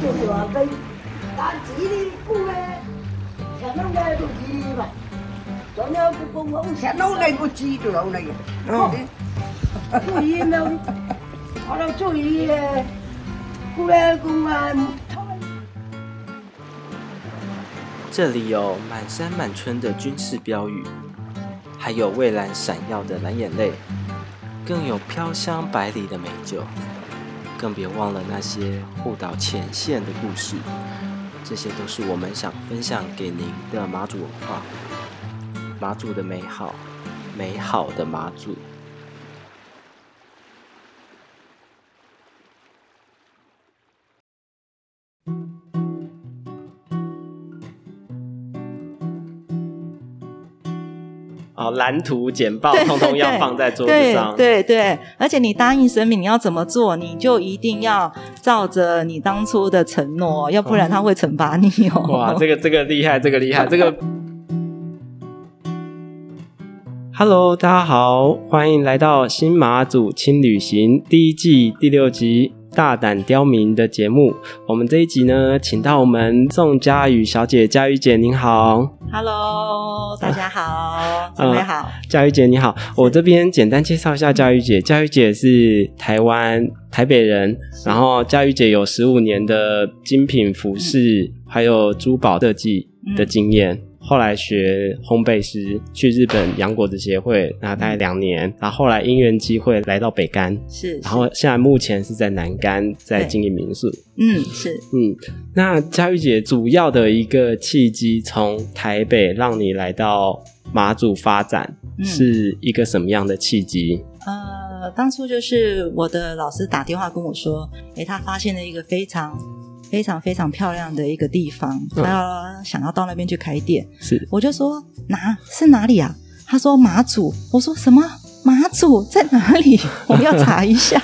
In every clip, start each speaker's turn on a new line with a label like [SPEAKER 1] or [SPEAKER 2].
[SPEAKER 1] 就是话跟打吉利不会，前头来就吉利吧，昨天不公公前头来不吉就老来呀，哦，注意呢，我要注意，过来公安，他们
[SPEAKER 2] 这里有满山满村的军事标语，还有蔚蓝闪耀的蓝眼泪，更有飘香百里的美酒，更别忘了那些护岛前线的故事。这些都是我们想分享给您的马祖文化，马祖的美好，美好的马祖。哦，蓝图简报
[SPEAKER 3] 对
[SPEAKER 2] 通通要
[SPEAKER 3] 对
[SPEAKER 2] 放在桌子
[SPEAKER 3] 对
[SPEAKER 2] 上，
[SPEAKER 3] 对对，而且你答应神明你要怎么做，你就一定要照着你当初的承诺，要不然他会惩罚你哦。
[SPEAKER 2] 哇，这个这个厉害，这个厉害，这个。Hello，大家好，欢迎来到新马祖轻旅行第一季第六集《大胆刁民》的节目。我们这一集呢，请到我们宋佳宇小姐，佳宇姐您好，
[SPEAKER 3] Hello，大 家好，准
[SPEAKER 2] 嗯
[SPEAKER 3] 备好。
[SPEAKER 2] 佳宇姐你好。我这边简单介绍一下佳宇姐，佳宇姐是台湾台北人，然后佳宇姐有十五年的精品服饰还有珠宝设计的经验。后来学烘焙师，去日本洋果子协会，那待两年，然后后来因缘机会来到北干，
[SPEAKER 3] 是，
[SPEAKER 2] 然后现在目前是在南干在
[SPEAKER 3] 对
[SPEAKER 2] 经营民宿。
[SPEAKER 3] 嗯，是
[SPEAKER 2] 嗯，那佳玉姐主要的一个契机，从台北让你来到马祖发展，
[SPEAKER 3] 嗯
[SPEAKER 2] 是一个什么样的契机？
[SPEAKER 3] 呃，当初就是我的老师打电话跟我说，诶，他发现了一个非常。非常非常漂亮的一个地方，
[SPEAKER 2] 嗯
[SPEAKER 3] 他想要到那边去开店，
[SPEAKER 2] 是
[SPEAKER 3] 我就说哪是哪里啊？他说马祖，我说什么马祖在哪里？ 我们要查一下。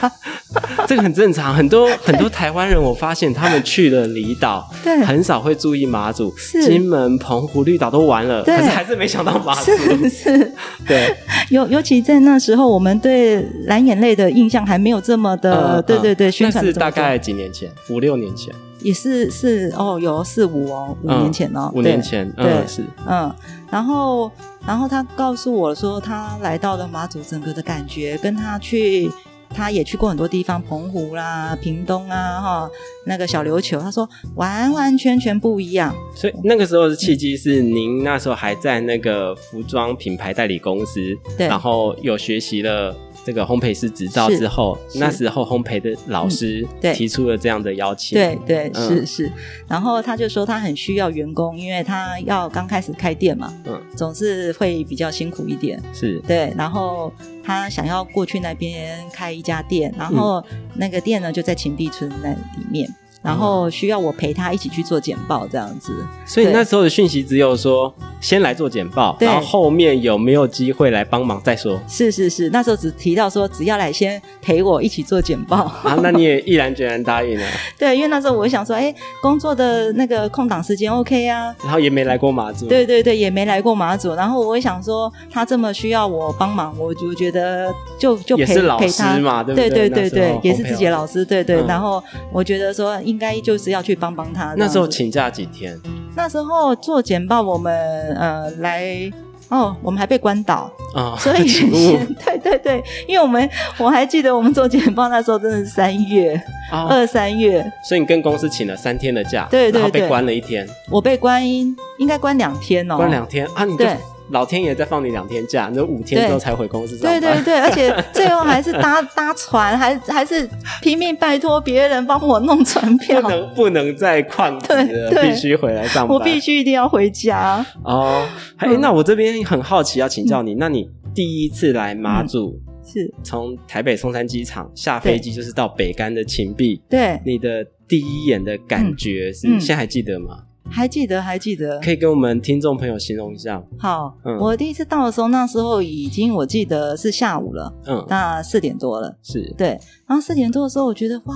[SPEAKER 2] 这个很正常，很多 很多台湾人，我发现他们去了离岛，
[SPEAKER 3] 对
[SPEAKER 2] 很少会注意马祖，
[SPEAKER 3] 是
[SPEAKER 2] 金门、澎湖、绿岛都玩了，
[SPEAKER 3] 对
[SPEAKER 2] 可是还是没想到马祖，
[SPEAKER 3] 是是，
[SPEAKER 2] 对，
[SPEAKER 3] 尤尤其在那时候，我们对蓝眼泪的印象还没有这么的，
[SPEAKER 2] 呃
[SPEAKER 3] 对对对，
[SPEAKER 2] 呃
[SPEAKER 3] 宣传
[SPEAKER 2] 那
[SPEAKER 3] 得
[SPEAKER 2] 是
[SPEAKER 3] 这么
[SPEAKER 2] 大
[SPEAKER 3] 多
[SPEAKER 2] 概几年前，五六年前，
[SPEAKER 3] 也是是哦，有四五哦，五
[SPEAKER 2] 嗯
[SPEAKER 3] 年前哦，
[SPEAKER 2] 五
[SPEAKER 3] 对
[SPEAKER 2] 年前，
[SPEAKER 3] 对
[SPEAKER 2] 嗯，是，
[SPEAKER 3] 嗯，然后然后他告诉我说，他来到了马祖，整个的感觉跟他去，他也去过很多地方，澎湖啦、屏东啊，哈，那个小琉球，他说完完全全不一样。
[SPEAKER 2] 所以那个时候的契机是，您那时候还在那个服装品牌代理公司，
[SPEAKER 3] 对
[SPEAKER 2] 然后有学习了这个烘焙师执照之后，
[SPEAKER 3] 是嗯
[SPEAKER 2] 那时候烘焙的老师
[SPEAKER 3] 对
[SPEAKER 2] 提出了这样的邀请，
[SPEAKER 3] 对对，
[SPEAKER 2] 嗯
[SPEAKER 3] 是是。然后他就说他很需要员工，因为他要刚开始开店嘛，
[SPEAKER 2] 嗯，
[SPEAKER 3] 总是会比较辛苦一点。
[SPEAKER 2] 是
[SPEAKER 3] 对，然后他想要过去那边开一家店，然后那个店呢就在秦壁村那里面，然后需要我陪他一起去做简报这样子。
[SPEAKER 2] 所以
[SPEAKER 3] 对
[SPEAKER 2] 那时候的讯息只有说，先来做简报，
[SPEAKER 3] 对
[SPEAKER 2] 然后后面有没有机会来帮忙再 说
[SPEAKER 3] 是是是，那时候只提到说只要来先陪我一起做简报。
[SPEAKER 2] 啊？那你也毅然决然答应了，
[SPEAKER 3] 对，因为那时候我想说，哎，工作的那个空档时间 OK 啊。
[SPEAKER 2] 然后也没来过马祖，，
[SPEAKER 3] 对对对，也没来过马祖，然后我也想说他这么需要我帮忙，我我觉得就就
[SPEAKER 2] 也
[SPEAKER 3] 陪
[SPEAKER 2] 是老
[SPEAKER 3] 陪
[SPEAKER 2] 师
[SPEAKER 3] 他
[SPEAKER 2] 嘛，对不
[SPEAKER 3] 对
[SPEAKER 2] 对
[SPEAKER 3] 对
[SPEAKER 2] 那时候
[SPEAKER 3] 对，也是
[SPEAKER 2] 烘焙
[SPEAKER 3] 自己的老师，对对。
[SPEAKER 2] 嗯
[SPEAKER 3] 然后我觉得说应该就是要去帮帮他。
[SPEAKER 2] 那时候
[SPEAKER 3] 这样子
[SPEAKER 2] 请假几天？
[SPEAKER 3] 那时候做简报，我们呃来。哦，我们还被 关岛，
[SPEAKER 2] 啊、
[SPEAKER 3] 所以呃
[SPEAKER 2] 请 勿
[SPEAKER 3] 对对对，因为我们我还记得我们做简报那时候真的是三月、
[SPEAKER 2] 啊
[SPEAKER 3] 二三月，
[SPEAKER 2] 所以你跟公司请了三天的假，
[SPEAKER 3] 对对
[SPEAKER 2] 然后被
[SPEAKER 3] 对
[SPEAKER 2] 关了一天，
[SPEAKER 3] 我被关应该关两天哦，
[SPEAKER 2] 关两天啊，你就
[SPEAKER 3] 对
[SPEAKER 2] 老天爷再放你两天假，你就五天之后
[SPEAKER 3] 对
[SPEAKER 2] 才回公司上
[SPEAKER 3] 对
[SPEAKER 2] 班。
[SPEAKER 3] 对对，而且最后还是 搭搭船，还还是拼命拜托别人帮我弄船 票
[SPEAKER 2] 不，能不能再旷职了，
[SPEAKER 3] 对对
[SPEAKER 2] 必须回来上班。
[SPEAKER 3] 我必须一定嗯要回家。
[SPEAKER 2] 哦。哎、那我这边很好奇，要请教
[SPEAKER 3] 嗯
[SPEAKER 2] 你，那你第一次来马祖，
[SPEAKER 3] 是
[SPEAKER 2] 从台北松山机场下飞机，就是到北干的秦壁，
[SPEAKER 3] 对，
[SPEAKER 2] 你的第一眼的感觉是，
[SPEAKER 3] 嗯嗯
[SPEAKER 2] 现在还记得吗？
[SPEAKER 3] 还记得还记得。
[SPEAKER 2] 可以跟我们听众朋友形容一下吗？
[SPEAKER 3] 好，
[SPEAKER 2] 嗯
[SPEAKER 3] 我第一次到的时候，那时候已经我记得是下午了，
[SPEAKER 2] 嗯，
[SPEAKER 3] 那四点多了。
[SPEAKER 2] 是，
[SPEAKER 3] 对，然后四点多的时候，我觉得哇，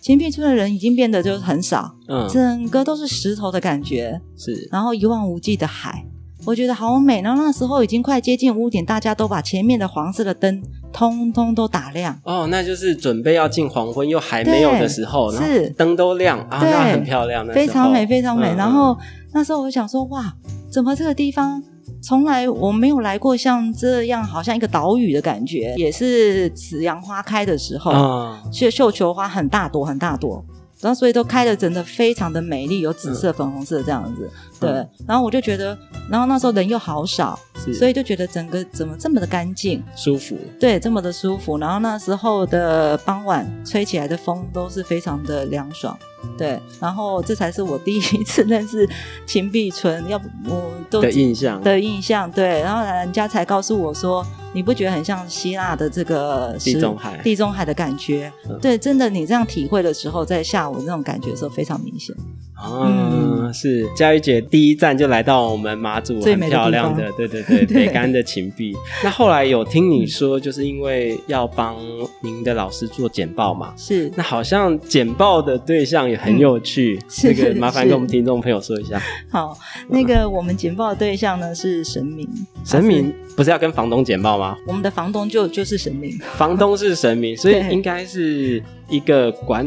[SPEAKER 3] 前壁村的人已经变得就是很少，
[SPEAKER 2] 嗯，
[SPEAKER 3] 整个都是石头的感觉，
[SPEAKER 2] 是，
[SPEAKER 3] 然后一望无际的海，我觉得好美。然后那时候已经快接近屋顶，大家都把前面的黄色的灯通通都打亮，
[SPEAKER 2] 哦，那就是准备要进黄昏又还没有的时候，
[SPEAKER 3] 对
[SPEAKER 2] 然后
[SPEAKER 3] 是
[SPEAKER 2] 灯都亮啊，
[SPEAKER 3] 对
[SPEAKER 2] 那很漂亮，那时候
[SPEAKER 3] 非常美，非常美。
[SPEAKER 2] 嗯
[SPEAKER 3] 然后那时候我就想说，哇，怎么这个地方从来我没有来过像这样，好像一个岛屿的感觉，也是紫阳花开的时候。
[SPEAKER 2] 啊，
[SPEAKER 3] 所以绣球花很大朵很大朵，然后所以都开的真的非常的美丽，有紫色、粉红色这样子。对，
[SPEAKER 2] 嗯
[SPEAKER 3] 然后我就觉得，然后那时候人又好少，
[SPEAKER 2] 是
[SPEAKER 3] 所以就觉得整个怎么这么的干净，
[SPEAKER 2] 舒服，
[SPEAKER 3] 对，这么的舒服。然后那时候的傍晚吹起来的风都是非常的凉爽。对，然后这才是我第一次认识秦碧春，要不我都
[SPEAKER 2] 的印象，
[SPEAKER 3] 的印象，对，然后人家才告诉我说，你不觉得很像希腊的这个
[SPEAKER 2] 地
[SPEAKER 3] 食
[SPEAKER 2] 中海
[SPEAKER 3] 地中海的感觉？
[SPEAKER 2] 嗯
[SPEAKER 3] 对，真的，你这样体会的时候，在下午那种感觉的时候非常明显。
[SPEAKER 2] 啊，是佳玉姐第一站就来到我们马祖，
[SPEAKER 3] 嗯最
[SPEAKER 2] 很
[SPEAKER 3] 美的地
[SPEAKER 2] 漂
[SPEAKER 3] 方
[SPEAKER 2] 亮的，对对对，北
[SPEAKER 3] 对
[SPEAKER 2] 干的琴壁。那后来有听你说，就是因为要帮您的老师做简报嘛，
[SPEAKER 3] 是，
[SPEAKER 2] 那好像简报的对象也很有趣，这
[SPEAKER 3] 嗯是
[SPEAKER 2] 个麻烦
[SPEAKER 3] 是
[SPEAKER 2] 跟我们听众朋友说一下。
[SPEAKER 3] 好，那个我们简报的对象呢是神明，
[SPEAKER 2] 神
[SPEAKER 3] 啊
[SPEAKER 2] 明不是要跟房东简报吗？
[SPEAKER 3] 我们的房东就就是神明，
[SPEAKER 2] 房东是神明，所以
[SPEAKER 3] 对
[SPEAKER 2] 应该是一个管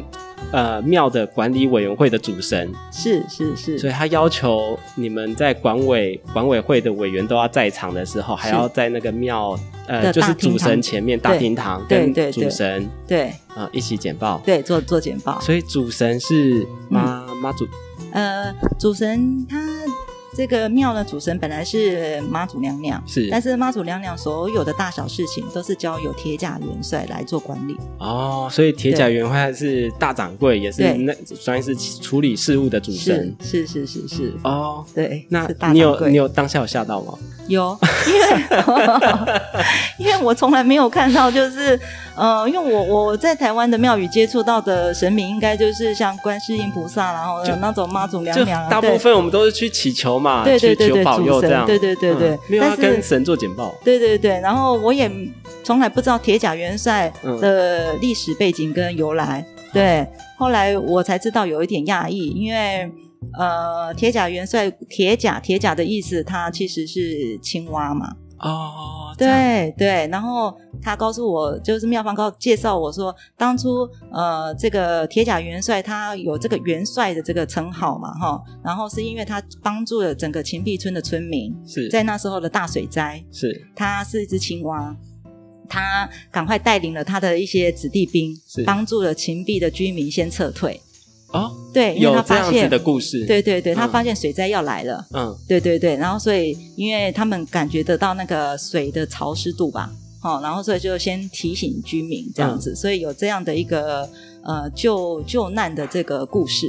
[SPEAKER 2] 呃庙的管理委员会的主神，
[SPEAKER 3] 是是
[SPEAKER 2] 所
[SPEAKER 3] 是，
[SPEAKER 2] 以他要求你们在管委管委会的委员都要在场的时候，还要在那个庙呃
[SPEAKER 3] 的
[SPEAKER 2] 就是
[SPEAKER 3] 大厅
[SPEAKER 2] 主神
[SPEAKER 3] 堂
[SPEAKER 2] 前面大厅堂
[SPEAKER 3] 对
[SPEAKER 2] 跟
[SPEAKER 3] 对
[SPEAKER 2] 主神
[SPEAKER 3] 对
[SPEAKER 2] 啊、呃一起简报。
[SPEAKER 3] 对，做做简报。
[SPEAKER 2] 所以主神是妈
[SPEAKER 3] 嗯
[SPEAKER 2] 妈祖
[SPEAKER 3] 呃，主神他这个庙呢，主神本来是妈祖娘娘。
[SPEAKER 2] 是
[SPEAKER 3] 但是妈祖娘娘所有的大小事情都是交由铁甲元帅来做管理。
[SPEAKER 2] 哦，所以铁甲
[SPEAKER 3] 对
[SPEAKER 2] 原会是大掌柜，也是
[SPEAKER 3] 对
[SPEAKER 2] 那算是处理事务的主神
[SPEAKER 3] 是是是是是，
[SPEAKER 2] 哦。
[SPEAKER 3] 对，
[SPEAKER 2] 那
[SPEAKER 3] 是大
[SPEAKER 2] 你
[SPEAKER 3] 掌
[SPEAKER 2] 有
[SPEAKER 3] 柜
[SPEAKER 2] 你有当下有吓到吗？
[SPEAKER 3] 有，因为因为我从来没有看到，就是呃，因为我我在台湾的庙宇接触到的神明，应该就是像观世音菩萨，然后
[SPEAKER 2] 就
[SPEAKER 3] 那种妈祖
[SPEAKER 2] 就
[SPEAKER 3] 娘娘啊，
[SPEAKER 2] 大部
[SPEAKER 3] 对
[SPEAKER 2] 分我们都是去祈求嘛，
[SPEAKER 3] 对对对
[SPEAKER 2] 去求
[SPEAKER 3] 对
[SPEAKER 2] 保佑
[SPEAKER 3] 主
[SPEAKER 2] 这
[SPEAKER 3] 神
[SPEAKER 2] 样，
[SPEAKER 3] 对对对对
[SPEAKER 2] 嗯没有要
[SPEAKER 3] 但是
[SPEAKER 2] 跟神做简报，
[SPEAKER 3] 对对对，然后我也从来不知道铁甲元帅的历史背景跟由来。对，后来我才知道有一点讶异，因为呃，铁甲元帅，铁甲铁甲的意思，它其实是青蛙嘛。
[SPEAKER 2] 哦，这样，
[SPEAKER 3] 对对，然后他告诉我，就是妙方告介绍我说，当初呃，这个铁甲元帅他有这个元帅的这个称号嘛，哈，然后是因为他帮助了整个秦壁村的村民，
[SPEAKER 2] 是
[SPEAKER 3] 在那时候的大水灾，
[SPEAKER 2] 是
[SPEAKER 3] 他是一只青蛙，他赶快带领了他的一些子弟兵
[SPEAKER 2] 是，
[SPEAKER 3] 帮助了秦壁的居民先撤退。
[SPEAKER 2] 哦，
[SPEAKER 3] 对，因为
[SPEAKER 2] 有
[SPEAKER 3] 他
[SPEAKER 2] 这
[SPEAKER 3] 发
[SPEAKER 2] 样子
[SPEAKER 3] 现
[SPEAKER 2] 的，故事，，
[SPEAKER 3] 对对对，他
[SPEAKER 2] 嗯
[SPEAKER 3] 发现水灾要来了，
[SPEAKER 2] 嗯，
[SPEAKER 3] 对对对，然后所以因为他们感觉得到那个水的潮湿度吧，好、然后所以就先提醒居民这样子，
[SPEAKER 2] 嗯
[SPEAKER 3] 所以有这样的一个呃救救难的这个故事，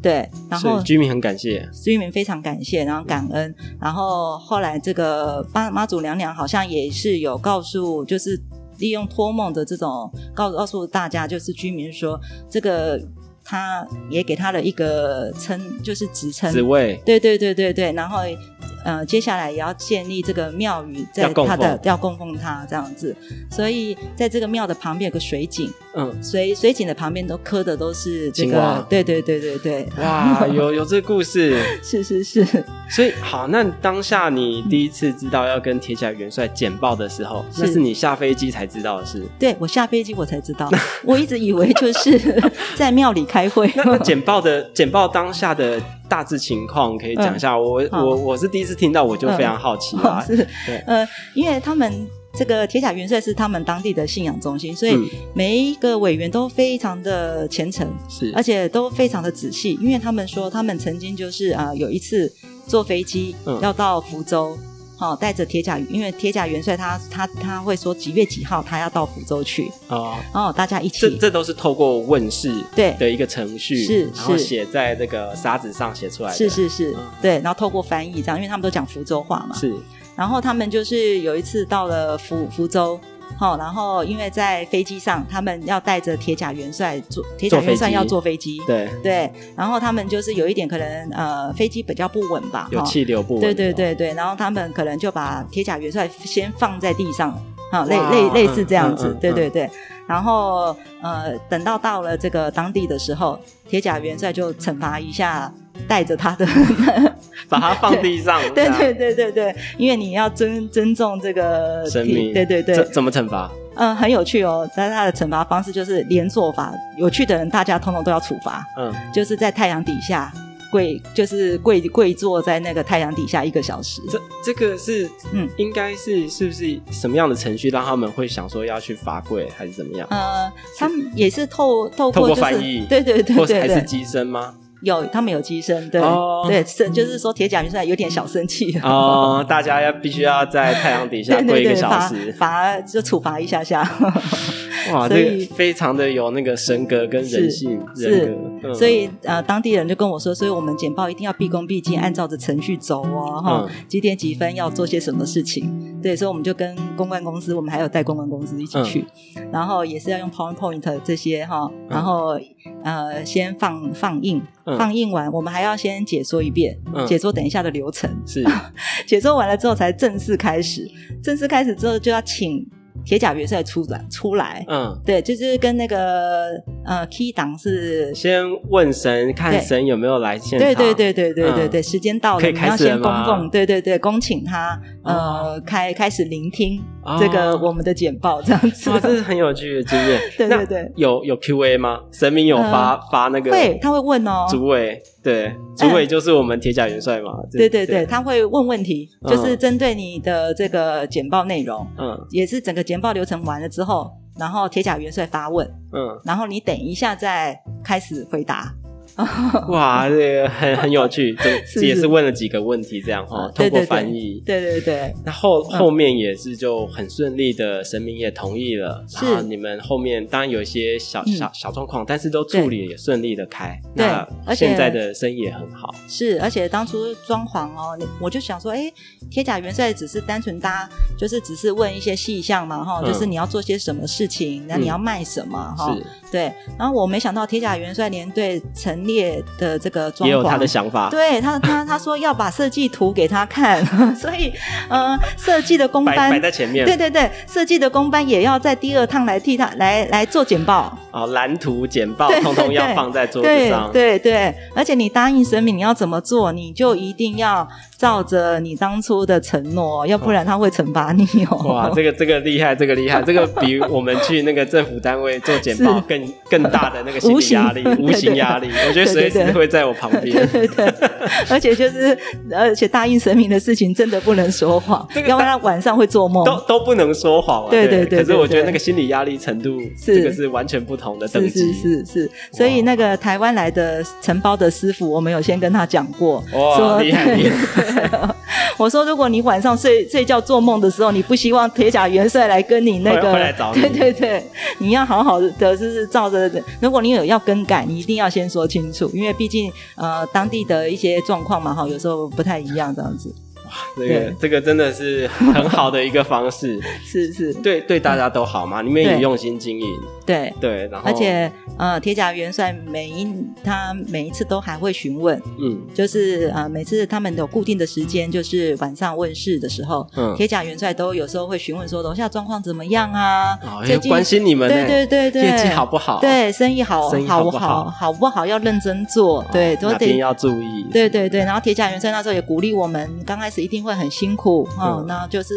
[SPEAKER 3] 对，然
[SPEAKER 2] 所
[SPEAKER 3] 后
[SPEAKER 2] 以居民很感谢，
[SPEAKER 3] 居民非常感谢，然后感恩，然后后来这个妈妈祖娘娘好像也是有告诉，就是利用托梦的这种告告诉大家，就是居民说这个。他也给他了一个称，就是职称，
[SPEAKER 2] 紫薇
[SPEAKER 3] 对对对对对，然后呃，接下来也要建立这个庙宇，在
[SPEAKER 2] 要供
[SPEAKER 3] 它的
[SPEAKER 2] 奉
[SPEAKER 3] 要供奉它这样子，所以在这个庙的旁边有个水井，
[SPEAKER 2] 嗯，
[SPEAKER 3] 水水井的旁边都刻的都是这
[SPEAKER 2] 青蛙
[SPEAKER 3] 个，对对对对对，
[SPEAKER 2] 哇，有有这故事，
[SPEAKER 3] 是是是，
[SPEAKER 2] 所以好，那当下你第一次知道要跟铁甲元帅简报的时候，
[SPEAKER 3] 是
[SPEAKER 2] 那是你下飞机才知道的事。
[SPEAKER 3] 对我下飞机我才知道，我一直以为就是 在庙里开会，
[SPEAKER 2] 那那简报 的简报当下的大致情况可以讲一下，我
[SPEAKER 3] 好
[SPEAKER 2] 我我是第一次听到，我就非常好奇啊啦。
[SPEAKER 3] 嗯 是
[SPEAKER 2] 对
[SPEAKER 3] 呃，因为他们。这个铁甲元帅是他们当地的信仰中心，所以
[SPEAKER 2] 嗯
[SPEAKER 3] 每一个委员都非常的虔诚，
[SPEAKER 2] 是
[SPEAKER 3] 而且都非常的仔细，因为他们说他们曾经就是啊、呃有一次坐飞机
[SPEAKER 2] 嗯
[SPEAKER 3] 要到福州，好、带着铁甲，因为铁甲元帅他他他会说几月几号他要到福州去，
[SPEAKER 2] 哦，
[SPEAKER 3] 然后大家一
[SPEAKER 2] 这
[SPEAKER 3] 起
[SPEAKER 2] 这都是透过问世
[SPEAKER 3] 对
[SPEAKER 2] 的一个程序，
[SPEAKER 3] 是
[SPEAKER 2] 然后
[SPEAKER 3] 是
[SPEAKER 2] 写在这个沙子上写出来的，
[SPEAKER 3] 是是是、
[SPEAKER 2] 嗯
[SPEAKER 3] 对，然后透过翻译这样，因为他们都讲福州话嘛，
[SPEAKER 2] 是
[SPEAKER 3] 然后他们就是有一次到了福福州。好，然后因为在飞机上，他们要带着铁甲元帅坐，铁甲
[SPEAKER 2] 坐飞
[SPEAKER 3] 元帅
[SPEAKER 2] 机
[SPEAKER 3] 要坐飞机，
[SPEAKER 2] 对，
[SPEAKER 3] 对，然后他们就是有一点可能呃飞机比较不稳吧，
[SPEAKER 2] 有
[SPEAKER 3] 哈
[SPEAKER 2] 气流不稳，哦
[SPEAKER 3] 对对，对对，然后他们可能就把铁甲元帅先放在地上，啊，类
[SPEAKER 2] 哇
[SPEAKER 3] 类类
[SPEAKER 2] 嗯
[SPEAKER 3] 似这样子，
[SPEAKER 2] 嗯嗯
[SPEAKER 3] 对
[SPEAKER 2] 嗯
[SPEAKER 3] 对对。然后呃，等到到了这个当地的时候，铁甲元帅就惩罚一下带着他的
[SPEAKER 2] 把它放地上
[SPEAKER 3] 。对对对对对，因为你要尊尊重这个
[SPEAKER 2] 生命，
[SPEAKER 3] 对对对，
[SPEAKER 2] 怎怎么惩罚？
[SPEAKER 3] 嗯，很有趣哦。但是他的惩罚方式就是连坐法，有趣的人大家通通都要处罚，
[SPEAKER 2] 嗯，
[SPEAKER 3] 就是在太阳底下跪，就是跪跪坐在那个太阳底下一个小时。
[SPEAKER 2] 这这个是，嗯
[SPEAKER 3] 嗯，
[SPEAKER 2] 应该是是不是什么样的程序让他们会想说要去罚跪，还是怎么样？
[SPEAKER 3] 呃，他们也是透透
[SPEAKER 2] 透
[SPEAKER 3] 过
[SPEAKER 2] 过
[SPEAKER 3] 就是
[SPEAKER 2] 翻译
[SPEAKER 3] 对对对
[SPEAKER 2] 或
[SPEAKER 3] 对
[SPEAKER 2] 是还是
[SPEAKER 3] 对，
[SPEAKER 2] 机身吗？
[SPEAKER 3] 有他们有机身，对、
[SPEAKER 2] 哦
[SPEAKER 3] 对，是就是说铁甲鱼虽然有点小生气，
[SPEAKER 2] 哦，大家要必须要在太阳底下
[SPEAKER 3] 对
[SPEAKER 2] 跪
[SPEAKER 3] 对
[SPEAKER 2] 一个
[SPEAKER 3] 对，
[SPEAKER 2] 小
[SPEAKER 3] 罚
[SPEAKER 2] 时，
[SPEAKER 3] 罚就处罚一 下下。
[SPEAKER 2] 哇，
[SPEAKER 3] 所
[SPEAKER 2] 这
[SPEAKER 3] 以
[SPEAKER 2] 个非常的有那个神格跟人性
[SPEAKER 3] 是
[SPEAKER 2] 人格，嗯
[SPEAKER 3] 所以呃，当地人就跟我说，所以我们简报一定要毕恭毕敬，按照着程序走哦，哈、
[SPEAKER 2] 嗯
[SPEAKER 3] 几点几分要做些什么事情。对，所以我们就跟公关公司，我们还有带公关公司一起去，
[SPEAKER 2] 嗯
[SPEAKER 3] 然后也是要用 PowerPoint 这些哈，然后、呃先放放映，
[SPEAKER 2] 嗯
[SPEAKER 3] 放映完我们还要先解说一遍，
[SPEAKER 2] 嗯
[SPEAKER 3] 解说等一下的流程，
[SPEAKER 2] 是
[SPEAKER 3] 解说完了之后才正式开始，正式开始之后就要请铁甲角色出来出来。
[SPEAKER 2] 嗯，
[SPEAKER 3] 对，就是跟那个呃 key 档是
[SPEAKER 2] 先问神，看
[SPEAKER 3] 对
[SPEAKER 2] 神有没有来现场，
[SPEAKER 3] 对对对对对对对，
[SPEAKER 2] 嗯
[SPEAKER 3] 时间到了，
[SPEAKER 2] 可以
[SPEAKER 3] 你
[SPEAKER 2] 开
[SPEAKER 3] 要
[SPEAKER 2] 始了
[SPEAKER 3] 先供
[SPEAKER 2] 吗
[SPEAKER 3] 奉，对对对，恭请他
[SPEAKER 2] 哦
[SPEAKER 3] 呃开开始聆听
[SPEAKER 2] 哦
[SPEAKER 3] 这个我们的简报这样子
[SPEAKER 2] 哇，。这是很有趣的经验
[SPEAKER 3] 。对对对
[SPEAKER 2] 那有有 Q&A 吗？神明有发、发那个
[SPEAKER 3] 会，他会问哦，
[SPEAKER 2] 主委，对，主委就是我们铁甲元 帅嘛。
[SPEAKER 3] 对对对，，他会问问题，
[SPEAKER 2] 嗯
[SPEAKER 3] 就是针对你的这个简报内容，
[SPEAKER 2] 嗯
[SPEAKER 3] 也是整个简报流程完了之后，然后铁甲元帅发问，
[SPEAKER 2] 嗯，
[SPEAKER 3] 然后你等一下再开始回答。
[SPEAKER 2] 哇，这个很很有 趣，这
[SPEAKER 3] 是
[SPEAKER 2] 这也是问了几个问题这样哈，
[SPEAKER 3] 嗯
[SPEAKER 2] 哦通
[SPEAKER 3] 对
[SPEAKER 2] 过
[SPEAKER 3] 对对
[SPEAKER 2] 翻译。
[SPEAKER 3] 对对对，
[SPEAKER 2] 那后
[SPEAKER 3] 嗯
[SPEAKER 2] 后面也是就很顺利的，神明也同意了。
[SPEAKER 3] 是
[SPEAKER 2] 然后你们后面当然有一些小
[SPEAKER 3] 嗯
[SPEAKER 2] 小小状况，但是都处理也顺利的开。
[SPEAKER 3] 对
[SPEAKER 2] 那
[SPEAKER 3] 而且
[SPEAKER 2] 现在的生意也很好。
[SPEAKER 3] 是，而且当初装潢哦，你我就想说，哎，铁甲元帅只是单纯搭，就是只是问一些细项嘛，哈、
[SPEAKER 2] 嗯
[SPEAKER 3] 就是你要做些什么事情，那
[SPEAKER 2] 嗯
[SPEAKER 3] 你要卖什么，哈、
[SPEAKER 2] 是
[SPEAKER 3] 对。然后我没想到铁甲元帅连对陈列的这个装
[SPEAKER 2] 也
[SPEAKER 3] 潢
[SPEAKER 2] 有他的想法，
[SPEAKER 3] 对他，他他说要把设计图给他看， 所以呃，设计的公
[SPEAKER 2] 摆
[SPEAKER 3] 班
[SPEAKER 2] 摆，在前面。
[SPEAKER 3] 对对对，设计的公班也要在第二趟来替他来来做简报，
[SPEAKER 2] 哦，蓝图简报
[SPEAKER 3] 对
[SPEAKER 2] 通通要
[SPEAKER 3] 对
[SPEAKER 2] 放在桌子
[SPEAKER 3] 对
[SPEAKER 2] 上。
[SPEAKER 3] 对对，而且你答应神明你要怎么做，你就一定要照着你当初的承诺，要不然他会惩罚你哦。
[SPEAKER 2] 哇，这个这个厉害，这个厉害，这个比我们去那个政府单位做简报
[SPEAKER 3] 是
[SPEAKER 2] 更更大的那个心
[SPEAKER 3] 无
[SPEAKER 2] 理
[SPEAKER 3] 形
[SPEAKER 2] 压力，
[SPEAKER 3] 对对
[SPEAKER 2] 无形压力，我觉得随
[SPEAKER 3] 对对
[SPEAKER 2] 时
[SPEAKER 3] 对
[SPEAKER 2] 会在我旁
[SPEAKER 3] 对
[SPEAKER 2] 边。
[SPEAKER 3] 对对， 而且就是，而且答应神明的事情真的不能说谎，
[SPEAKER 2] 这个
[SPEAKER 3] 要不然晚上会做梦。
[SPEAKER 2] 都都不能说谎啊，
[SPEAKER 3] 对对对
[SPEAKER 2] 可是我
[SPEAKER 3] 对
[SPEAKER 2] 觉得
[SPEAKER 3] 对
[SPEAKER 2] 那个心理压力程度，
[SPEAKER 3] 是
[SPEAKER 2] 这个是完全不同的等
[SPEAKER 3] 是
[SPEAKER 2] 级。
[SPEAKER 3] 是是是，所以那个台湾来的承包的师傅，我们有先跟他讲过，
[SPEAKER 2] 哇
[SPEAKER 3] 说
[SPEAKER 2] 厉害厉
[SPEAKER 3] 我说如果你晚上睡睡觉做梦的时候，你不希望铁甲元帅来跟你那
[SPEAKER 2] 会
[SPEAKER 3] 个，
[SPEAKER 2] 会来找你
[SPEAKER 3] 对对对，你要好好的就是照着，如果你有要更改，你一定要先说清楚，因为毕竟呃当地的一些状况嘛哈，有时候不太一样这样子，
[SPEAKER 2] 这个
[SPEAKER 3] 对
[SPEAKER 2] 这个真的是很好的一个方式，
[SPEAKER 3] 是是，
[SPEAKER 2] 对对大家都好嘛，你们也
[SPEAKER 3] 对
[SPEAKER 2] 用心经营，
[SPEAKER 3] 对。
[SPEAKER 2] 对，然后
[SPEAKER 3] 而且，呃，铁甲元帅每一他每一次都还会询问，
[SPEAKER 2] 嗯
[SPEAKER 3] 就是呃，每次他们有固定的时间，就是晚上问世的时候，
[SPEAKER 2] 嗯，
[SPEAKER 3] 铁甲元帅都有时候会询问说楼下状况怎么样啊？
[SPEAKER 2] 哦
[SPEAKER 3] 最近
[SPEAKER 2] 关心你们呢，
[SPEAKER 3] 对对对对，
[SPEAKER 2] 业绩好不好？
[SPEAKER 3] 对生意好
[SPEAKER 2] 生意好
[SPEAKER 3] 好
[SPEAKER 2] 不
[SPEAKER 3] 不
[SPEAKER 2] 好
[SPEAKER 3] 好好不好要认真做，对，都
[SPEAKER 2] 哪边
[SPEAKER 3] 得。
[SPEAKER 2] 要注意，
[SPEAKER 3] 对对对，然后铁甲元帅那时候也鼓励我们，刚开始一定会很辛苦
[SPEAKER 2] 嗯
[SPEAKER 3] 哦，那就是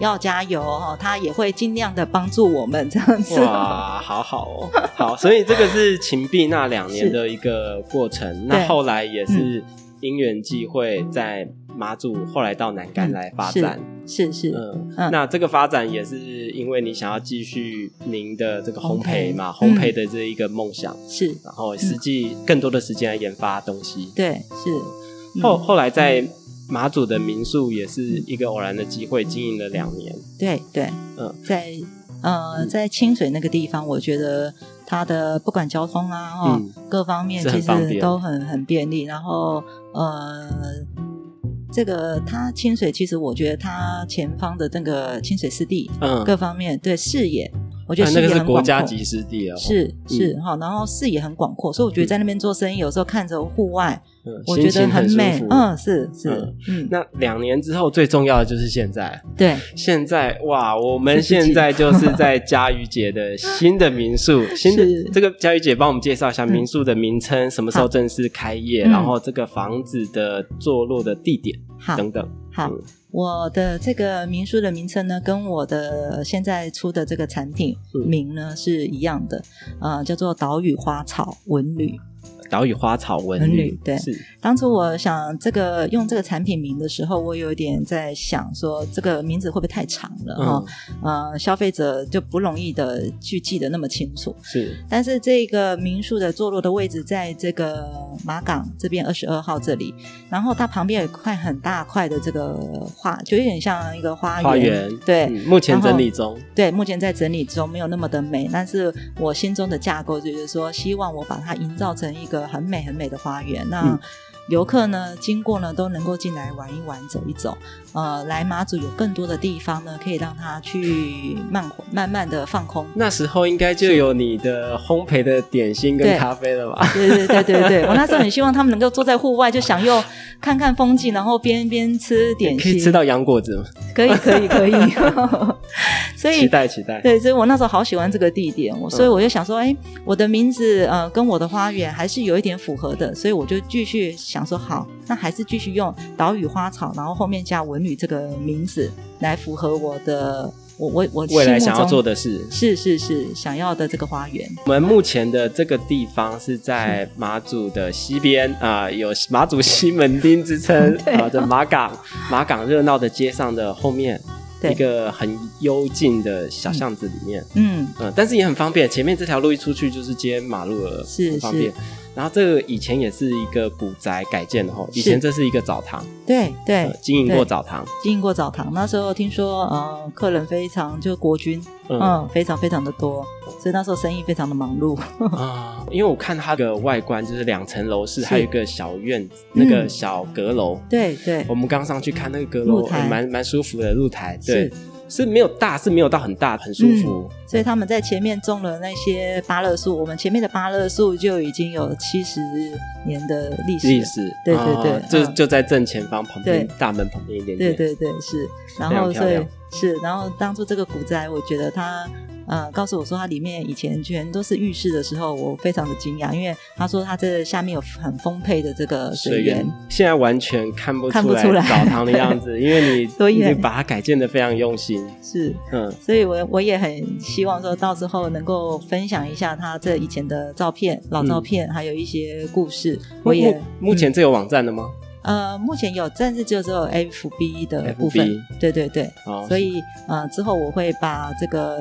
[SPEAKER 3] 要加油哦，他也会尽量的帮助我们这样子。
[SPEAKER 2] 哇，好好 哦，好，所以这个是秦碧那两年的一个过程。那
[SPEAKER 3] 对嗯
[SPEAKER 2] 后来也是因缘际会，在马祖后来到南干来发展。
[SPEAKER 3] 是嗯是，
[SPEAKER 2] 嗯，
[SPEAKER 3] 嗯
[SPEAKER 2] 那这个发展也是因为你想要继续您的这个烘焙嘛，烘
[SPEAKER 3] 烘焙
[SPEAKER 2] 焙的这一个梦想，
[SPEAKER 3] 是，
[SPEAKER 2] 然后实际更多的时间来研发东西。
[SPEAKER 3] 对是。嗯
[SPEAKER 2] 后后来在马祖的民宿也是一个偶然的机会，经营了两年。
[SPEAKER 3] 对对，
[SPEAKER 2] 嗯
[SPEAKER 3] 在呃在清水那个地方，我觉得它的不管交通啊，哈、
[SPEAKER 2] 嗯
[SPEAKER 3] 各方面
[SPEAKER 2] 是很
[SPEAKER 3] 其
[SPEAKER 2] 方
[SPEAKER 3] 实
[SPEAKER 2] 便
[SPEAKER 3] 都很很便利。然后呃，这个它清水其实我觉得它前方的那个清水湿地、
[SPEAKER 2] 嗯，
[SPEAKER 3] 各方面对视野，我觉得
[SPEAKER 2] 啊
[SPEAKER 3] 视
[SPEAKER 2] 那
[SPEAKER 3] 野
[SPEAKER 2] 个是
[SPEAKER 3] 很
[SPEAKER 2] 国
[SPEAKER 3] 广阔。
[SPEAKER 2] 家级湿地了哦，
[SPEAKER 3] 是是哈、然后视野很广阔，所以我觉得在那边做生意，有时候看着户外，
[SPEAKER 2] 嗯
[SPEAKER 3] 我
[SPEAKER 2] 心
[SPEAKER 3] 觉得
[SPEAKER 2] 情很舒
[SPEAKER 3] 美
[SPEAKER 2] 服。。
[SPEAKER 3] 嗯，是是，嗯，
[SPEAKER 2] 那两年之后最重要的就是现在，
[SPEAKER 3] 对，
[SPEAKER 2] 现在哇，我们
[SPEAKER 3] 自己
[SPEAKER 2] 现在就是在佳瑜姐的新的民 宿，新
[SPEAKER 3] 是嗯
[SPEAKER 2] 的这个佳瑜姐帮我们介绍一下民宿的名称，什么时候
[SPEAKER 3] 好
[SPEAKER 2] 正式开业，
[SPEAKER 3] 嗯
[SPEAKER 2] 然后这个房子的坐落的地点
[SPEAKER 3] 好
[SPEAKER 2] 等等。
[SPEAKER 3] 好
[SPEAKER 2] 嗯，
[SPEAKER 3] 我的这个民宿的名称呢，跟我的现在出的这个产品
[SPEAKER 2] 嗯
[SPEAKER 3] 名呢是一样的，呃，叫做岛屿花草文旅。
[SPEAKER 2] 岛屿花草文
[SPEAKER 3] 文
[SPEAKER 2] 旅
[SPEAKER 3] 旅，对
[SPEAKER 2] 是
[SPEAKER 3] 当初我想这个用这个产品名的时候，我有点在想说，这个名字会不会太长了哈、
[SPEAKER 2] 嗯
[SPEAKER 3] 呃，消费者就不容易的去记得那么清楚。
[SPEAKER 2] 是
[SPEAKER 3] 但是这个民宿的坐落的位置在这个马港这边二十二号这里，然后它旁边有一块很大块的这个花，就有点像一个花园。
[SPEAKER 2] 花园，
[SPEAKER 3] 对、
[SPEAKER 2] 嗯目前
[SPEAKER 3] 然后
[SPEAKER 2] 整理中，
[SPEAKER 3] 对，目前在整理中，没有那么的美，但是我心中的架构就是说，希望我把它营造成一个很美很美的花园。那
[SPEAKER 2] 嗯
[SPEAKER 3] 游客呢，经过呢都能够进来玩一玩、走一走。呃，来马祖有更多的地方呢，可以让他去慢慢慢的放空。
[SPEAKER 2] 那时候应该就有你的烘焙的点心跟
[SPEAKER 3] 对
[SPEAKER 2] 咖啡了吧？
[SPEAKER 3] 对对对对对，我那时候很希望他们能够坐在户外，就享用看看风景，然后边边吃点
[SPEAKER 2] 可
[SPEAKER 3] 心，
[SPEAKER 2] 以吃到洋果子吗？
[SPEAKER 3] 可以可以 可以。所以
[SPEAKER 2] 期待期待，
[SPEAKER 3] 对，所以我那时候好喜欢这个地点，
[SPEAKER 2] 嗯
[SPEAKER 3] 我所以我就想说，哎、我的名字呃跟我的花园还是有一点符合的，所以我就继续想说，好，那还是继续用岛屿花草，然后后面加文旅这个名字来符合我的我我我
[SPEAKER 2] 未来
[SPEAKER 3] 心目
[SPEAKER 2] 想要
[SPEAKER 3] 中
[SPEAKER 2] 做的事。
[SPEAKER 3] 是是是想要的这个花园，
[SPEAKER 2] 我们目前的这个地方是在马祖的西边啊、有马祖西门町之称
[SPEAKER 3] 对
[SPEAKER 2] 啊，这、马港马港热闹的街上的后面，
[SPEAKER 3] 对
[SPEAKER 2] 一个很幽静的小巷子里面，
[SPEAKER 3] 嗯。
[SPEAKER 2] 嗯、但是也很方便，前面这条路一出去就是接马路了，
[SPEAKER 3] 是
[SPEAKER 2] 很方便
[SPEAKER 3] 是。
[SPEAKER 2] 然后这个以前也是一个古宅改建的吼，
[SPEAKER 3] 是
[SPEAKER 2] 以前这是一个澡堂，
[SPEAKER 3] 对对
[SPEAKER 2] 呃，经营过
[SPEAKER 3] 对
[SPEAKER 2] 澡堂，
[SPEAKER 3] 经营过澡堂，那时候听说，呃，客人非常就国军，
[SPEAKER 2] 嗯
[SPEAKER 3] 嗯，非常非常的多，所以那时候生意非常的忙碌。
[SPEAKER 2] 啊、因为我看它的外观就是两层楼室，
[SPEAKER 3] 是
[SPEAKER 2] 还有一个小院子，那个
[SPEAKER 3] 嗯
[SPEAKER 2] 小阁楼，
[SPEAKER 3] 对对
[SPEAKER 2] 我们刚上去看那个阁楼，
[SPEAKER 3] 露台
[SPEAKER 2] 哎蛮蛮舒服的露台，对
[SPEAKER 3] 是，嗯
[SPEAKER 2] 是没有大，是没有到很大，很舒服。
[SPEAKER 3] 所以他们在前面种了那些芭乐树，我们前面的芭乐树就已经有七十年的历史了。
[SPEAKER 2] 历史，
[SPEAKER 3] 对对对
[SPEAKER 2] 啊就
[SPEAKER 3] 嗯
[SPEAKER 2] 就在正前方旁边
[SPEAKER 3] 对
[SPEAKER 2] 大门旁边一点
[SPEAKER 3] 对
[SPEAKER 2] 点，
[SPEAKER 3] 对对，是。然
[SPEAKER 2] 非常
[SPEAKER 3] 后
[SPEAKER 2] 漂
[SPEAKER 3] 所以
[SPEAKER 2] 亮
[SPEAKER 3] 是，然后当初这个古宅，我觉得它呃告诉我说它里面以前全都是浴室的时候，我非常的惊讶，因为他说它这下面有很丰沛的这个水
[SPEAKER 2] 水源
[SPEAKER 3] 源。
[SPEAKER 2] 现在完全看不
[SPEAKER 3] 看
[SPEAKER 2] 出
[SPEAKER 3] 不
[SPEAKER 2] 来
[SPEAKER 3] 出来
[SPEAKER 2] 澡堂的样 子，因为你
[SPEAKER 3] 所以
[SPEAKER 2] 你把它改建的非常用心，
[SPEAKER 3] 是，
[SPEAKER 2] 嗯，
[SPEAKER 3] 所以我我也很希望说到时候能够分享一下他这以前的照片、老照片，还有一些故事。嗯我也嗯
[SPEAKER 2] 目目前这有网站了吗？
[SPEAKER 3] 呃，目前有，但是就只有 FB 的部分
[SPEAKER 2] FB。
[SPEAKER 3] 对对对，
[SPEAKER 2] 哦，
[SPEAKER 3] 所以呃，之后我会把这个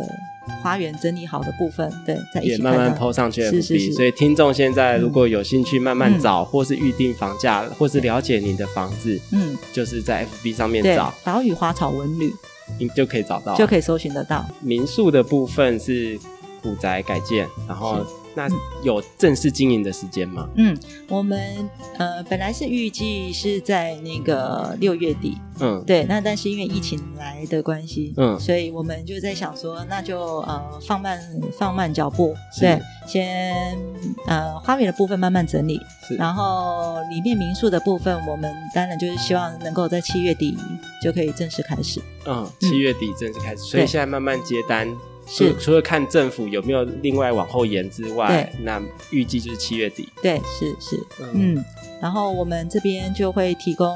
[SPEAKER 3] 花园整理好的部分，对，在一
[SPEAKER 2] 也
[SPEAKER 3] 起
[SPEAKER 2] 慢慢
[SPEAKER 3] 看到
[SPEAKER 2] PO 上去 FB，
[SPEAKER 3] 是是是
[SPEAKER 2] 所以听众现在如果有兴趣，慢慢
[SPEAKER 3] 嗯
[SPEAKER 2] 找，或是预定房价，或是了解你的房子，
[SPEAKER 3] 嗯，
[SPEAKER 2] 就是在 FB 上面
[SPEAKER 3] 对
[SPEAKER 2] 找，，
[SPEAKER 3] 岛屿花草文旅
[SPEAKER 2] 你就可以找到，
[SPEAKER 3] 就可以搜寻得到。
[SPEAKER 2] 民宿的部分是古宅改建，然后那有正式经营的时间吗？
[SPEAKER 3] 嗯，我们呃本来是预计是在那个六月底，
[SPEAKER 2] 嗯，
[SPEAKER 3] 对，那但是因为疫情来的关系，
[SPEAKER 2] 嗯
[SPEAKER 3] 所以我们就在想说，那就呃放慢放慢脚步，
[SPEAKER 2] 是
[SPEAKER 3] 对，先呃花园的部分慢慢整理，
[SPEAKER 2] 是
[SPEAKER 3] 然后里面民宿的部分，我们当然就是希望能够在七月底就可以正式开始。
[SPEAKER 2] 嗯，七月底正式开始，所以
[SPEAKER 3] 对
[SPEAKER 2] 现在慢慢接单。除
[SPEAKER 3] 是
[SPEAKER 2] 除了看政府有没有另外往后延之外，
[SPEAKER 3] 对
[SPEAKER 2] 那预计就是七月底。
[SPEAKER 3] 对，是是，
[SPEAKER 2] 嗯
[SPEAKER 3] 嗯，然后我们这边就会提供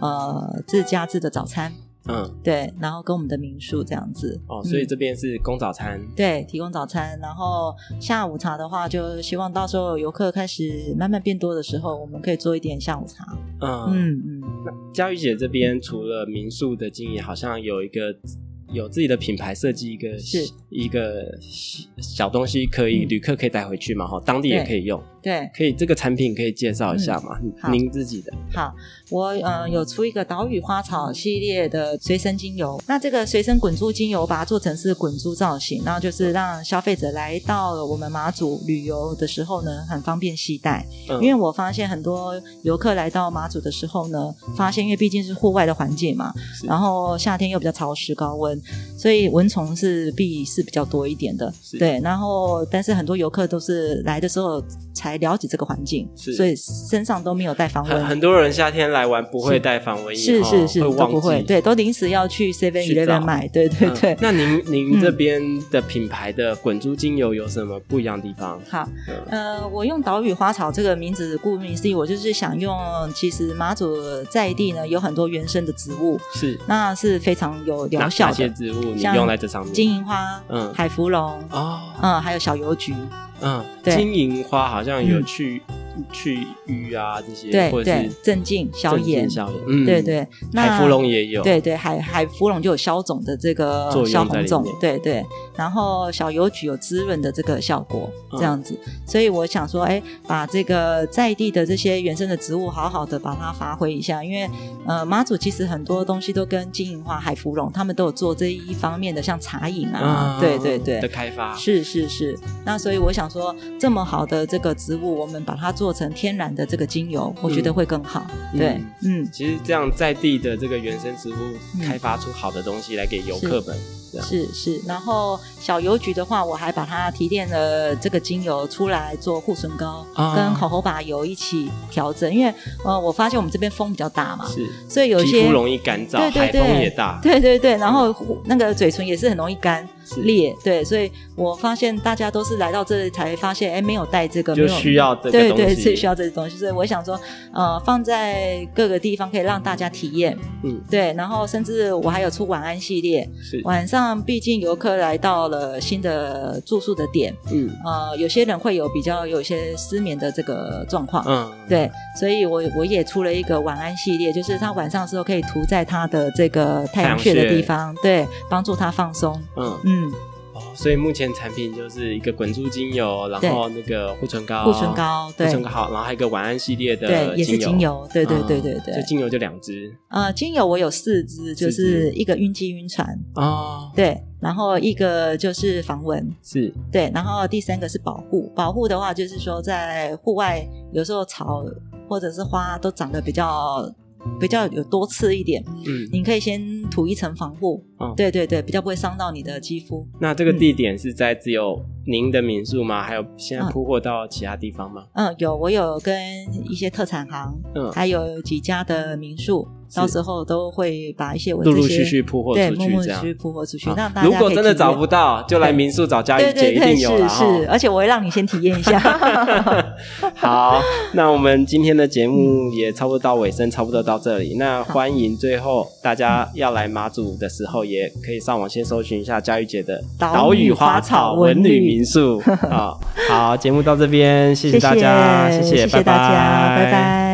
[SPEAKER 3] 呃自家制的早餐，
[SPEAKER 2] 嗯，
[SPEAKER 3] 对，然后跟我们的民宿这样子。
[SPEAKER 2] 哦，所以
[SPEAKER 3] 嗯
[SPEAKER 2] 这边是供早餐，
[SPEAKER 3] 对，提供早餐，然后下午茶的话，就希望到时候游客开始慢慢变多的时候，我们可以做一点下午茶。
[SPEAKER 2] 嗯，
[SPEAKER 3] 嗯嗯，
[SPEAKER 2] 佳玉姐这边除了民宿的经营，好像有一个有自己的品牌设计一个
[SPEAKER 3] 是
[SPEAKER 2] 一个小东西，可以
[SPEAKER 3] 嗯
[SPEAKER 2] 旅客可以带回去嘛，哈，当地也
[SPEAKER 3] 对
[SPEAKER 2] 可以用。
[SPEAKER 3] 对，
[SPEAKER 2] 可以这个产品可以介绍一下吗？
[SPEAKER 3] 好
[SPEAKER 2] 您自己的
[SPEAKER 3] 好，我呃有出一个岛屿花草系列的随身精油，那这个随身滚珠精油，我把它做成是滚珠造型，然后就是让消费者来到我们马祖旅游的时候呢，很方便携带。
[SPEAKER 2] 嗯
[SPEAKER 3] 因为我发现很多游客来到马祖的时候呢，发现因为毕竟是户外的环境嘛，
[SPEAKER 2] 是
[SPEAKER 3] 然后夏天又比较潮湿高温，所以蚊虫是必是比较多一点的
[SPEAKER 2] 是。
[SPEAKER 3] 对，然后但是很多游客都是来的时候才了解这个环境，
[SPEAKER 2] 是
[SPEAKER 3] 所以身上都没有带防
[SPEAKER 2] 很
[SPEAKER 3] 蚊。
[SPEAKER 2] 很多人夏天来玩不会带防蚊液，
[SPEAKER 3] 是
[SPEAKER 2] 哦
[SPEAKER 3] 是是，
[SPEAKER 2] 会
[SPEAKER 3] 都
[SPEAKER 2] 忘
[SPEAKER 3] 不会，
[SPEAKER 2] 记。
[SPEAKER 3] 对，都临时要去 Seven
[SPEAKER 2] 去找
[SPEAKER 3] Eleven 买，对对
[SPEAKER 2] 嗯
[SPEAKER 3] 对。
[SPEAKER 2] 那您您
[SPEAKER 3] 嗯
[SPEAKER 2] 这边的品牌的滚珠精油有什么不一样的地方？
[SPEAKER 3] 好，
[SPEAKER 2] 嗯
[SPEAKER 3] 呃，我用岛屿花草这个名字，顾名思义，我就是想用，其实马祖在地呢有很多原生的植物，
[SPEAKER 2] 是
[SPEAKER 3] 那是非常有
[SPEAKER 2] 哪
[SPEAKER 3] 疗效
[SPEAKER 2] 哪些
[SPEAKER 3] 的，
[SPEAKER 2] 植物你
[SPEAKER 3] 像
[SPEAKER 2] 用在这上面？
[SPEAKER 3] 金银花、
[SPEAKER 2] 嗯
[SPEAKER 3] 海芙蓉，
[SPEAKER 2] 哦，
[SPEAKER 3] 嗯，还有小邮局，
[SPEAKER 2] 嗯，
[SPEAKER 3] 对
[SPEAKER 2] 金银花好像有
[SPEAKER 3] 嗯
[SPEAKER 2] 去去瘀啊这些，
[SPEAKER 3] 对
[SPEAKER 2] 或者
[SPEAKER 3] 对
[SPEAKER 2] 是，
[SPEAKER 3] 镇静、消
[SPEAKER 2] 镇静
[SPEAKER 3] 炎，
[SPEAKER 2] 消炎，嗯，
[SPEAKER 3] 对，对，那
[SPEAKER 2] 海芙蓉也有，
[SPEAKER 3] 对对，海海芙蓉就有消肿的这个
[SPEAKER 2] 作用
[SPEAKER 3] 消
[SPEAKER 2] 在
[SPEAKER 3] 红
[SPEAKER 2] 里
[SPEAKER 3] 肿
[SPEAKER 2] 面，
[SPEAKER 3] 对对。然后小邮局有滋润的这个效果，
[SPEAKER 2] 嗯
[SPEAKER 3] 这样子。所以我想说，哎，把这个在地的这些原生的植物，好好的把它发挥一下，因为呃，马祖其实很多东西都跟金银花、海芙蓉，他们都有做这一方面的，像茶饮啊，
[SPEAKER 2] 嗯，
[SPEAKER 3] 对对对
[SPEAKER 2] 的。开发
[SPEAKER 3] 是是是，那所以我想说，这么好的这个植物，我们把它做成天然的这个精油，我觉得
[SPEAKER 2] 嗯
[SPEAKER 3] 会更好。对，嗯，
[SPEAKER 2] 其实这样在地的这个原生植物
[SPEAKER 3] 嗯
[SPEAKER 2] 开发出好的东西来给游
[SPEAKER 3] 是
[SPEAKER 2] 客们，这样
[SPEAKER 3] 是是，然后小邮局的话，我还把它提炼了这个精油出来做护唇膏，
[SPEAKER 2] 啊
[SPEAKER 3] 跟口红把油一起调整，因为呃，我发现我们这边风比较大嘛，
[SPEAKER 2] 是
[SPEAKER 3] 所啊以有
[SPEAKER 2] 皮
[SPEAKER 3] 些
[SPEAKER 2] 肤容易干燥，
[SPEAKER 3] 对对
[SPEAKER 2] 海风
[SPEAKER 3] 对
[SPEAKER 2] 也大，
[SPEAKER 3] 对对对，然后呼那个嘴唇也是很容易干
[SPEAKER 2] 是
[SPEAKER 3] 裂，对，所以我发现大家都是来到这里才发现，哎，没有带这个，没
[SPEAKER 2] 就
[SPEAKER 3] 有
[SPEAKER 2] 需要这个
[SPEAKER 3] 对
[SPEAKER 2] 东西，
[SPEAKER 3] 对是需要这些东西，所以我想说，呃，放在各个地方可以让大家体验，
[SPEAKER 2] 嗯
[SPEAKER 3] 对，然后甚至我还有出晚安系列，
[SPEAKER 2] 是
[SPEAKER 3] 晚上毕竟游客来到了新的住宿的点，
[SPEAKER 2] 嗯
[SPEAKER 3] 呃，有些人会有比较有一些失眠的这个状况，
[SPEAKER 2] 嗯
[SPEAKER 3] 对，所以我我也出了一个晚安系列，就是他晚上的时候可以涂在他的这个太阳穴
[SPEAKER 2] 太阳
[SPEAKER 3] 的
[SPEAKER 2] 穴
[SPEAKER 3] 地方，对，帮助他放松，
[SPEAKER 2] 嗯
[SPEAKER 3] 嗯，
[SPEAKER 2] 哦，所以目前产品就是一个滚珠精油，然后那个护唇膏，
[SPEAKER 3] 护唇膏，
[SPEAKER 2] 哦护
[SPEAKER 3] 对
[SPEAKER 2] 唇。膏好，然后还有一个晚安系列的
[SPEAKER 3] 对，也是精
[SPEAKER 2] 精油，
[SPEAKER 3] 油，对对
[SPEAKER 2] 嗯
[SPEAKER 3] 对对对
[SPEAKER 2] 这。精油就两支
[SPEAKER 3] 呃，精油我有四支，就
[SPEAKER 2] 四支
[SPEAKER 3] 是一个晕机晕船，
[SPEAKER 2] 哦，
[SPEAKER 3] 对，然后一个就是防蚊，
[SPEAKER 2] 是
[SPEAKER 3] 对，然后第三个是保护，保护的话就是说在户外有时候草或者是花都长得比较比较有多刺一点，
[SPEAKER 2] 嗯，
[SPEAKER 3] 你可以先涂一层防护，
[SPEAKER 2] 哦
[SPEAKER 3] 对对对，比较不会伤到你的肌肤。
[SPEAKER 2] 那这个
[SPEAKER 3] 嗯
[SPEAKER 2] 地点是在只有您的民宿吗？还有现在
[SPEAKER 3] 嗯
[SPEAKER 2] 铺货到其他地方吗？
[SPEAKER 3] 嗯，有我有跟一些特产行，
[SPEAKER 2] 嗯，
[SPEAKER 3] 还有几家的民宿，
[SPEAKER 2] 是
[SPEAKER 3] 到时候都会把一些我
[SPEAKER 2] 陆
[SPEAKER 3] 这
[SPEAKER 2] 陆
[SPEAKER 3] 些
[SPEAKER 2] 续续铺货
[SPEAKER 3] 对
[SPEAKER 2] 出
[SPEAKER 3] 陆
[SPEAKER 2] 去
[SPEAKER 3] 陆
[SPEAKER 2] 这
[SPEAKER 3] 续
[SPEAKER 2] 样
[SPEAKER 3] 续铺货出去，
[SPEAKER 2] 啊
[SPEAKER 3] 让大家
[SPEAKER 2] 如果
[SPEAKER 3] 可以
[SPEAKER 2] 真的
[SPEAKER 3] 体
[SPEAKER 2] 找
[SPEAKER 3] 验
[SPEAKER 2] 不到，就来民宿找佳
[SPEAKER 3] 对
[SPEAKER 2] 怡姐，
[SPEAKER 3] 对
[SPEAKER 2] 一
[SPEAKER 3] 对，
[SPEAKER 2] 定有
[SPEAKER 3] 是
[SPEAKER 2] 了
[SPEAKER 3] 是，
[SPEAKER 2] 哈。
[SPEAKER 3] 而且我会让你先体验一下。
[SPEAKER 2] 好，那我们今天的节目也差不多到尾声，差不多到这里。那欢迎最后大家要来马祖的时候，也可以上网先搜寻一下佳玉姐的
[SPEAKER 3] 岛
[SPEAKER 2] 岛屿
[SPEAKER 3] 屿
[SPEAKER 2] 花
[SPEAKER 3] 花
[SPEAKER 2] 草
[SPEAKER 3] 草
[SPEAKER 2] 文
[SPEAKER 3] 文
[SPEAKER 2] 旅
[SPEAKER 3] 旅
[SPEAKER 2] 民 宿。好，好，节目到这边，谢
[SPEAKER 3] 谢
[SPEAKER 2] 大家，谢
[SPEAKER 3] 谢谢
[SPEAKER 2] 拜
[SPEAKER 3] 大家，拜拜。